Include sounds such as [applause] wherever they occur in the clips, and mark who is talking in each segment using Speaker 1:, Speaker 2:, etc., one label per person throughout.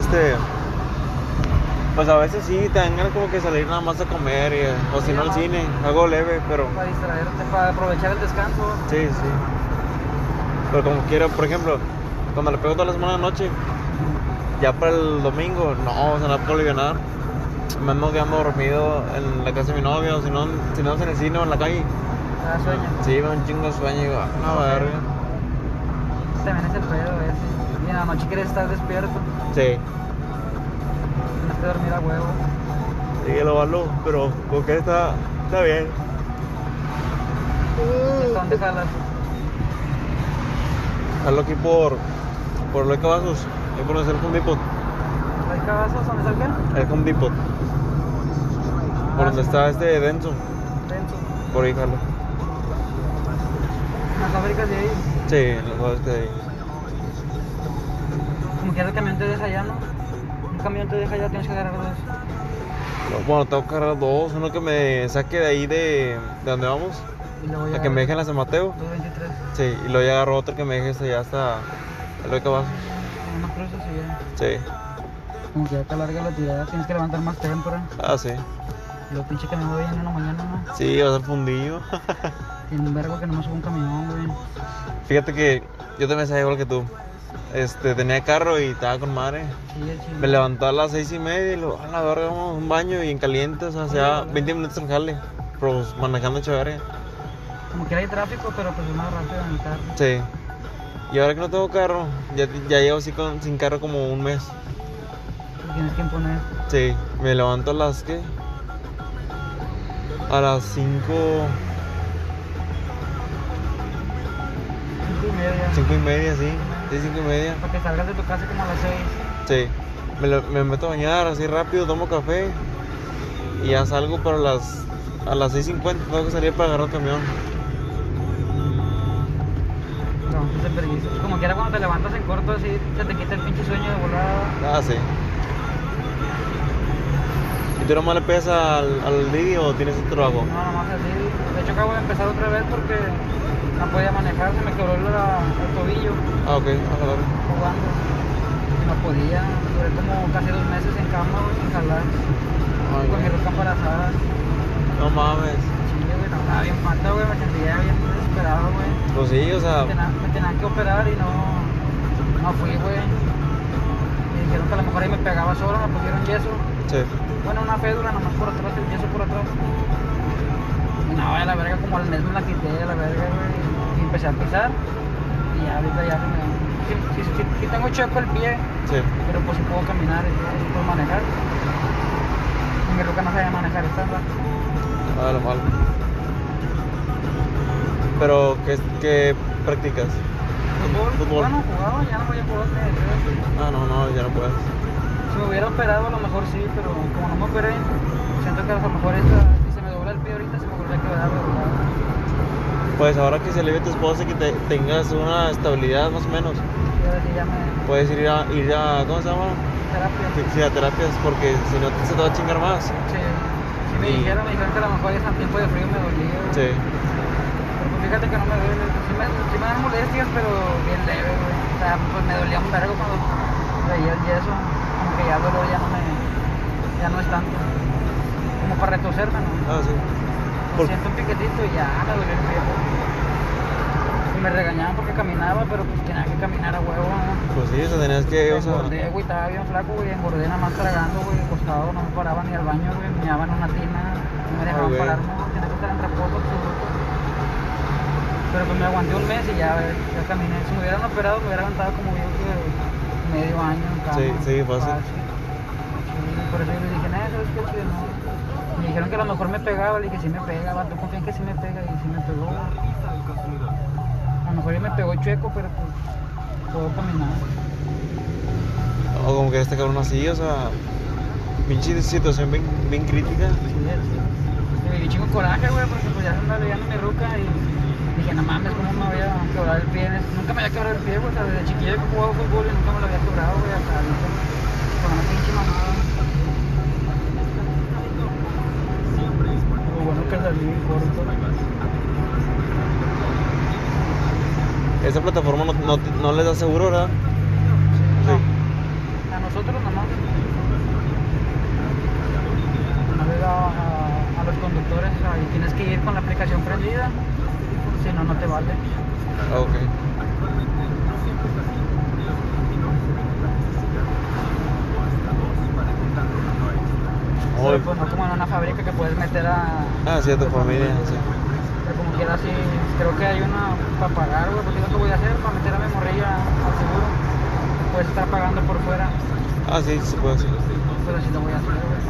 Speaker 1: este. Pues a veces sí, te dan ganas como que salir nada más a comer, y- o si no al cine, algo leve, pero.
Speaker 2: Para distraerte, para aprovechar el descanso.
Speaker 1: Sí, sí. Pero como quiera, por ejemplo, cuando le pego toda la semana de noche, ya para el domingo, no, o sea, no puedo aliviar. Me ando quedando dormido en la casa de mi novia, o si no, si no, en el cine o en la calle.
Speaker 2: Ah, sueño.
Speaker 1: Sí, me da un chingo de sueño y digo, "Ah, no, verga.
Speaker 2: Este También es el pedo ese. Y en la noche quieres estar despierto.
Speaker 1: Sí,
Speaker 2: Tienes que dormir a huevo.
Speaker 1: sí, lo valoro, pero como que está, está bien.
Speaker 2: ¿Y ¿Hasta dónde jalas?
Speaker 1: Hazlo aquí por, por los cabazos, pues, ahí por el Home Depot,
Speaker 2: ¿Hay cabazos? ¿Dónde está el qué?
Speaker 1: el Home Depot, por donde está este Denso,
Speaker 2: Denso.
Speaker 1: por ahí jalo.
Speaker 2: En las fábricas de ahí.
Speaker 1: Sí, este en los cabazos que hay.
Speaker 2: Como que el camión te deja allá, ¿no? Un camión te deja allá, tienes que agarrar dos.
Speaker 1: No, Bueno, tengo que agarrar dos, uno que me saque de ahí de, de donde vamos,
Speaker 2: Y luego ya.
Speaker 1: la que me deje en la San Mateo,
Speaker 2: 223.
Speaker 1: sí, y luego ya agarro otro que me deje hasta allá hasta el de Cavazos,
Speaker 2: Con unos cruces y ya.
Speaker 1: sí,
Speaker 2: Como que ya te larga la tirada, tienes que levantar más temprano.
Speaker 1: ah, sí,
Speaker 2: Lo pinche que me voy en una mañana, ¿no?
Speaker 1: sí, va a ser fundillo.
Speaker 2: Tiene un vergo que no me sube un camión, güey.
Speaker 1: [laughs] Fíjate que yo también sabía igual que tú, este, tenía carro y estaba con madre,
Speaker 2: Sí, el
Speaker 1: me levantaba a las seis y media y luego, a la verga, vamos a un baño y en caliente, o sea, hacía 20 minutos al jale, pero manejando chévere,
Speaker 2: Como que hay tráfico, pero pues es más rápido en el carro.
Speaker 1: sí. Y ahora que no tengo carro, ya, ya llevo así con, sin carro como un mes.
Speaker 2: Te Tienes que imponer.
Speaker 1: Sí, me levanto a las que. A las 5.
Speaker 2: Cinco y media.
Speaker 1: 5 y media, sí. Sí, 5 y media.
Speaker 2: Para que salgas de tu casa como a las seis.
Speaker 1: Sí. Me, la- me meto a bañar así rápido, tomo café. Y ya salgo para las. A las 6.50 tengo que salir para agarrar el camión.
Speaker 2: No, no te perdiste. Como que era cuando te levantas en corto así, se te quita el pinche sueño de volada.
Speaker 1: Ah, sí. ¿Y tú nomás le pegas al, al Didi o tienes otro trabajo?
Speaker 2: No, nomás así. De hecho acabo de empezar otra vez porque no podía manejar, se me quebró la- el tobillo
Speaker 1: Ah, ok. a la verga.
Speaker 2: jugando. No podía, duré como casi dos meses en cama, güey, sin jalar,
Speaker 1: Ay,
Speaker 2: con mi
Speaker 1: güey.
Speaker 2: ropa embarazada.
Speaker 1: No mames.
Speaker 2: Chingue, güey, no, estaba bien pata, güey, me sentía bien desesperado, güey.
Speaker 1: Pues sí, o sea.
Speaker 2: Me tenían- me tenían que operar y no, no fui, güey. Me dijeron que a lo mejor ahí me pegaba solo, me pusieron yeso.
Speaker 1: Sí.
Speaker 2: Bueno, una fédula nomás por atrás, el yeso por atrás. No, a la verga, como al mes me la quité, a la verga, güey. Y empecé a pisar. Y ya, ahorita ya se me. Si, si, si, si tengo choco el pie,
Speaker 1: Sí.
Speaker 2: pero pues si puedo caminar, y puedo manejar. Y mi roca no sabía manejar esta.
Speaker 1: Ah, lo malo. Pero, ¿qué, qué practicas?
Speaker 2: Fútbol,
Speaker 1: Fútbol.
Speaker 2: Bueno, jugaba, ya no voy a jugar. güey.
Speaker 1: Ah, no, no, ya no puedes.
Speaker 2: Si me hubiera operado, a lo mejor sí, pero como no me operé, siento que a lo mejor esta, si se me dobla el pie ahorita, se me volvería a quebrar. güey.
Speaker 1: Pues ahora que se alivie tu esposa y que te- tengas una estabilidad más o menos,
Speaker 2: Y ahora sí ya me.
Speaker 1: puedes ir a, ir a ¿cómo se llama?
Speaker 2: terapia.
Speaker 1: Fi- Fisioterapias, porque si no se te va a chingar más.
Speaker 2: Sí, sí me
Speaker 1: Y-
Speaker 2: dijeron, me dijeron que a lo mejor es a tiempo de frío me dolía. güey.
Speaker 1: Sí.
Speaker 2: Pero pues fíjate que no me duele. Sí me, sí me dan molestias, pero bien leve, güey. O sea, pues me dolía un vergo cuando traía el yeso. Como que ya el dolor ya no me... Ya no es tanto. Como para retorcerme, ¿no?
Speaker 1: Ah, sí.
Speaker 2: Me
Speaker 1: Por-
Speaker 2: siento un piquetito y ya me dolió el pie. güey. Y me regañaban porque caminaba, pero pues tenía que caminar a huevo, ¿no?
Speaker 1: Pues sí, o sea, tenías que, o sea,
Speaker 2: Engordé, güey, estaba bien flaco, güey, engordé nada más tragando, güey, acostado, no me paraba ni al baño, güey, me daban una tina, no me dejaban
Speaker 1: Ah, güey.
Speaker 2: pararme, güey, tenía que estar en reposo absoluto. Pero pues me aguanté un mes y ya, güey, ya caminé. Si me hubieran operado, me hubiera aguantado como bien que medio año en cama.
Speaker 1: Sí, sí, fácil.
Speaker 2: Sí, por eso yo le dije, nada, ¿sabes qué chido? No. Me dijeron que a lo mejor me pegaba, le dije, sí me pega, vato, confía en que sí me pega, y sí me pegó. güey. A lo mejor ya me pegó chueco, pero pues puedo caminar.
Speaker 1: o como que este cabrón así, o sea, pinche situación bien, bien crítica.
Speaker 2: Me dio chingo coraje, güey, porque pues ya se andaba leyendo mi ruca y dije, no mames, ¿cómo me voy a quebrar el pie? en esto? Nunca me había quebrado el pie, güey, o sea, desde chiquillo que jugaba fútbol y nunca me lo había quebrado, güey, hasta ahorita. Con una pinche mamada. Lo bueno que salí en corto.
Speaker 1: Esa plataforma no, no, te- no les da seguro, ¿verdad?
Speaker 2: No. Ah, no nosotros nomás. No le da a, a los conductores, ahí tienes que ir con la aplicación prendida, si no, no te vale.
Speaker 1: Ok.
Speaker 2: Pero pues no como en una fábrica que puedes meter a...
Speaker 1: Ah, sí, a tu
Speaker 2: pues,
Speaker 1: familia, sí.
Speaker 2: Pero como quiera, sí, creo que hay una para pagar, güey, porque es lo que voy a hacer, para meter a mi morrilla al seguro. Puedes estar pagando por fuera,
Speaker 1: Ah, sí, se puede hacer.
Speaker 2: pero sí lo voy a hacer, güey.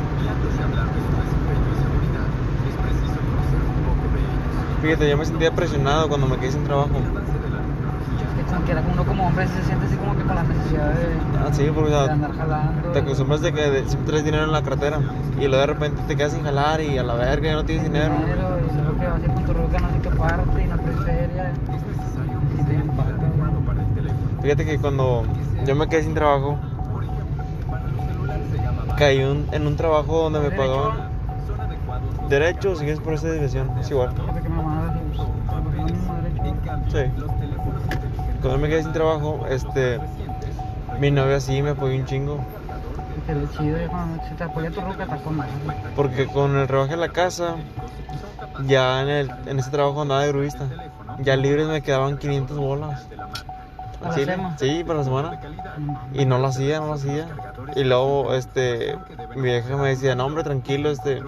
Speaker 1: Fíjate, yo me sentía presionado cuando me quedé sin trabajo.
Speaker 2: Que como quiera, uno como hombre se siente así como que con la necesidad de,
Speaker 1: Ah, sí, porque o sea,
Speaker 2: de andar jalando.
Speaker 1: te acostumbras de que de- siempre traes dinero en la cartera y luego de repente te quedas sin jalar y a la verga ya no tienes dinero.
Speaker 2: y solo que vas a ir con tu ruca no sé qué parte y la preferia. Y te empaca, güey.
Speaker 1: Fíjate que cuando yo me quedé sin trabajo, caí un- en un trabajo donde me
Speaker 2: Derecho.
Speaker 1: pagaban derechos, sigues por esa dirección, es igual.
Speaker 2: Fíjate que mi mamá dice, pues, porque no es mi madre, chaval.
Speaker 1: Sí. Cuando me quedé sin trabajo, este, mi novia sí me apoyó un chingo.
Speaker 2: Y que lo chido, ya cuando se te apoya tu ruca, está con más. güey.
Speaker 1: Porque con el rebaje de la casa, ya en, el, en ese trabajo andaba de gruista. Ya libres me quedaban 500 bolas.
Speaker 2: ¿A la
Speaker 1: Sí,
Speaker 2: semana?
Speaker 1: sí, para la semana.
Speaker 2: Mm.
Speaker 1: Y no lo hacía, no lo hacía. Y luego, este, mi vieja me decía, no hombre, tranquilo, este,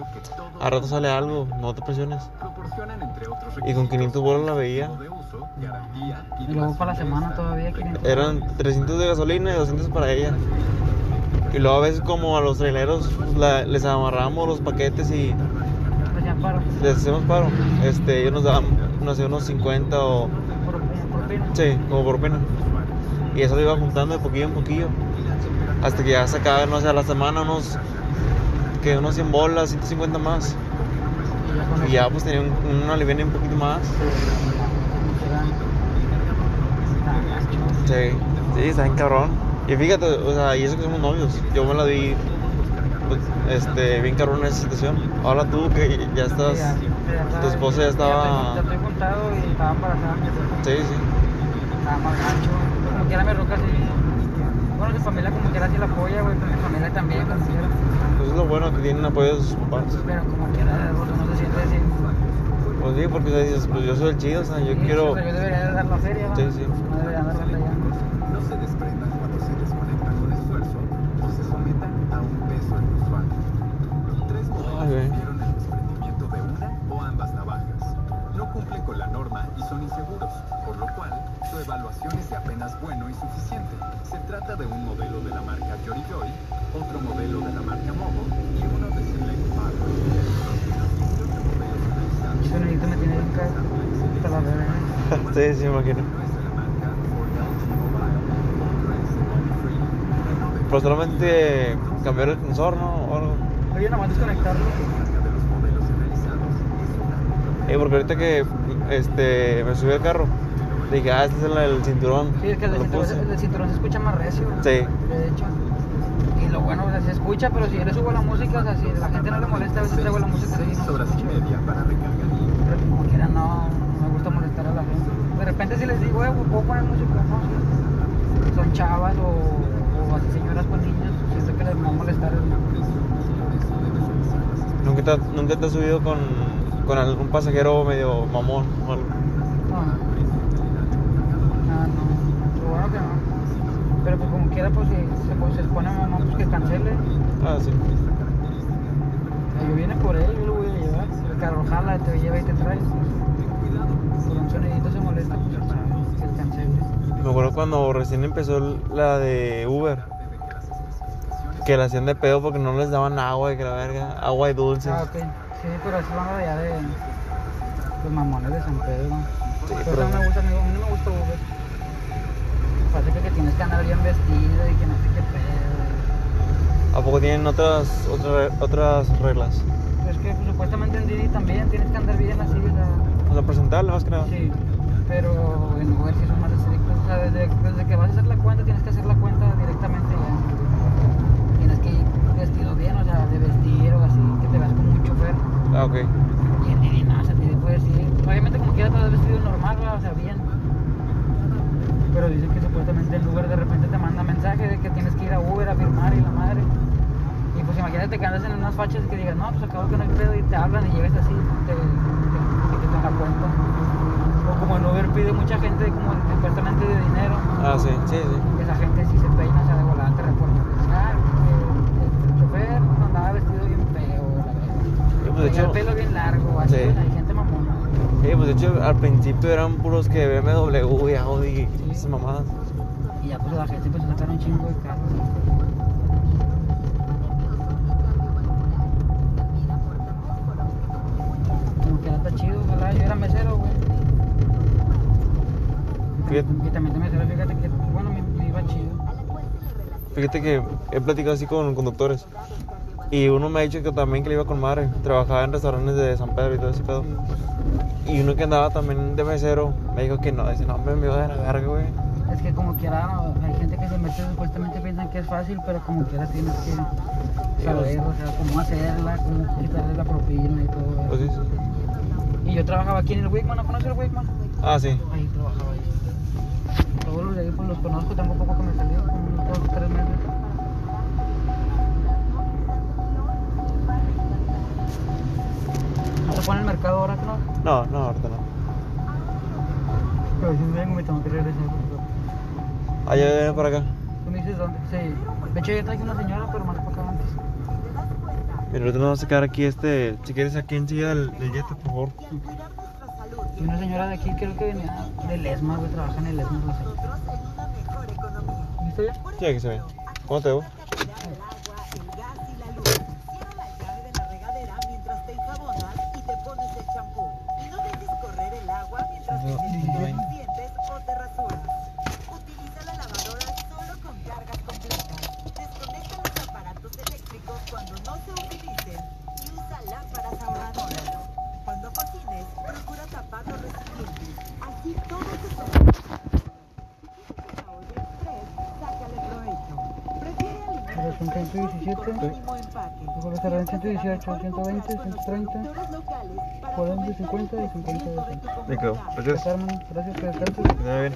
Speaker 1: a rato sale algo, no te presiones. Y con 500 bolas la veía.
Speaker 2: Y luego para la semana todavía
Speaker 1: Eh,
Speaker 2: 500.
Speaker 1: Eran 300 de gasolina y 200 para ella. Y luego a veces como a los traileros pues, la- les amarramos los paquetes y
Speaker 2: Pues ya paro.
Speaker 1: les hacemos paro. Este, ellos nos daban, no sé, unos 50 o
Speaker 2: Por, por pena.
Speaker 1: Sí, como por pena. Y eso lo iba juntando de poquillo en poquillo. Hasta que ya sacaba, no sé, a la semana unos. que unos 100 bolas, 150 más.
Speaker 2: Y ya con pues,
Speaker 1: Y ya pues tenía un, un aliviane un poquito más. Sí, sí, está bien cabrón. Y fíjate, o sea, y eso que somos novios. Yo me la di. pues, este, bien cabrón en esa situación. Ahora tú que ya estás. tu esposa ya estaba-
Speaker 2: Ya estoy juntado y estaba embarazada.
Speaker 1: Sí, sí.
Speaker 2: Estaba más gancho. Como quiera me roca así. Bueno, tu familia como quiera sí la apoya, güey. Pero mi familia también, como quiera.
Speaker 1: Pues es lo bueno que tienen apoyo de sus papás.
Speaker 2: Pero como quiera, uno no se siente así.
Speaker 1: Pues sí, porque o sea, dices, pues yo soy el chido, o sea, yo
Speaker 2: Sí,
Speaker 1: quiero. [laughs]
Speaker 2: o sea, Yo debería dar la feria, ¿no?
Speaker 1: Sí, sí.
Speaker 2: No debería dar la feria.
Speaker 3: No se desprendan cuando se desconectan con esfuerzo o se sometan a un peso inusual. Tres
Speaker 1: Ay, güey.
Speaker 3: mujeres vieron el desprendimiento de una o ambas navajas. No cumplen con la norma y son inseguros, por lo cual su evaluación es de apenas bueno y suficiente. Se trata de un modelo de la marca Yoriyoy, otro modelo de la marca Momo y uno de Select Power. Los modelos utilizados
Speaker 2: Ese niñito me tiene bien cagado. Hasta la verga.
Speaker 1: Sí, sí, me imagino.
Speaker 3: uno es de la marca 4LG Mobile, otro es Omni Free, uno de
Speaker 1: Pero Pues solamente cambiar el sensor, ¿no? O algo.
Speaker 2: Oye, nada más desconectarlo.
Speaker 3: de los modelos analizados es una
Speaker 1: Eh, porque ahorita que este, me subí al carro, dije, ah, este es el, el cinturón.
Speaker 2: Sí, es que el,
Speaker 1: Me
Speaker 2: del
Speaker 1: lo
Speaker 2: cinturón,
Speaker 1: puse.
Speaker 2: el del cinturón se escucha más recio.
Speaker 1: Sí.
Speaker 2: De hecho. Y lo bueno, o sea, se escucha, pero si yo le subo la música, o sea, si la gente no le molesta, a veces traigo la música de no
Speaker 3: seis
Speaker 2: se
Speaker 3: horas y
Speaker 2: escucha.
Speaker 3: media para recargar y
Speaker 2: Pero como quiera, no, no me gusta molestar a la gente. De repente si les digo, eh, pues, puedo poner música, no, sí. son chavas o, o así señoras con niños, siento que les va a molestar.
Speaker 1: ¿Nunca, te, ha- nunca te has subido con, con algún pasajero medio mamón o algo?
Speaker 2: No, Ah, no, lo bueno que no. Pero pues como quiera, pues si se, pues, se expone a mamá, pues que cancele.
Speaker 1: Ah, sí.
Speaker 2: Yo viene por él, yo lo voy a llevar. El carro jala, te lleva y te trae. Por un sonidito se molesta, pues ya sabes, que es cancele.
Speaker 1: Me acuerdo cuando recién empezó el- la de Uber, que la hacían de pedo porque no les daban agua y que la verga, agua y dulces.
Speaker 2: Ah, ok. Sí, pero eso van allá de los mamones de San Pedro.
Speaker 1: Sí,
Speaker 2: pero
Speaker 1: pero-
Speaker 2: no me gusta, amigo, a mí no me gusta Uber. Parece que, que tienes que andar bien vestido y que no sé qué pedo.
Speaker 1: ¿A poco tienen otras, otra- otras reglas?
Speaker 2: Pero es que pues, supuestamente en Didi también tienes que andar bien así, o sea.
Speaker 1: O sea, presentarle más que nada.
Speaker 2: Sí, pero en Uber sí son más estrictos. O sea, desde, desde que vas a hacer la cuenta, tienes que hacer la cuenta directamente ya. Tienes que ir vestido bien, o sea, de vestir o así, que te veas como un chofer.
Speaker 1: Ah, ok.
Speaker 2: Y en Didi no, o sea, Didi puedes ir. Obviamente, como quiera, te vas vestido normal, ¿verdad? o sea, bien. Pero dicen que supuestamente el Uber de repente te manda mensaje de que tienes que ir a Uber a firmar te quedas en unas fachas que digas, no, pues acabo que no hay pedo y te hablan y llegas así, te, te, te quitan la cuenta. O como en Uber pide mucha gente como supuestamente de dinero,
Speaker 1: Ah, sí, sí, sí.
Speaker 2: esa gente sí se peina, o sea, de volante reporta. Ah, eh, el chofer andaba vestido bien feo, la
Speaker 1: Sí, pues,
Speaker 2: verdad.
Speaker 1: de
Speaker 2: Tenía el
Speaker 1: hecho-
Speaker 2: pelo bien largo, así,
Speaker 1: Sí.
Speaker 2: hay gente mamona.
Speaker 1: Sí, pues de hecho al principio eran puros que BMW y Audi
Speaker 2: Sí.
Speaker 1: y esas mamadas.
Speaker 2: Y ya pues la gente empezó a sacar un chingo de carros. Como que no está chido, ojalá yo era mesero, güey.
Speaker 1: Fíjate.
Speaker 2: Y también de mesero, fíjate que, pues, bueno, me, me iba chido.
Speaker 1: Fíjate que he platicado así con conductores. Y uno me ha dicho que también que le iba con madre. Trabajaba en restaurantes de San Pedro y todo ese pedo. Y uno que andaba también de mesero me dijo que no. Dice, no, hombre, me iba de la verga, güey.
Speaker 2: Es que como quiera, no, hay gente que se mete supuestamente piensan que es fácil, pero como quiera tienes que saber, o sea, cómo hacerla, cómo quitarle la propina y todo. eso.
Speaker 1: Pues sí, sí.
Speaker 2: Y yo trabajaba aquí en el Wigman, ¿no conoces el Wigman?
Speaker 1: Ah, sí.
Speaker 2: Ahí trabajaba ahí. Todos los de ahí pues los conozco, tampoco poco que me salí, como unos dos, tres meses. No se pone el mercado ahora que no.
Speaker 1: No, no, ahorita no.
Speaker 2: Pero si vengo me tengo que regresar.
Speaker 1: Allá viene para acá.
Speaker 2: ¿Tú me dices dónde? Sí. De hecho yo traje una señora, pero más para acá antes.
Speaker 1: Mira, ahorita nos vamos a sacar aquí este. Si quieres, aquí enseguida del, del Jetta, por favor.
Speaker 2: Y una señora de aquí creo que venía del ESMA, güey, trabaja en el ESMA, no sé. ¿Listo ya?
Speaker 1: Sí, aquí se ve. ¿Cómo te veo?
Speaker 2: Pero son 117. Luego los cerrarán 118, 120, 130, 40, 50 y 50 de
Speaker 1: Me quedo.
Speaker 2: Gracias,
Speaker 1: Gracias.
Speaker 2: hermano. Gracias por el tanto.
Speaker 1: Que te vaya bien.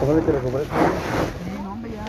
Speaker 1: Cómo te recuperes.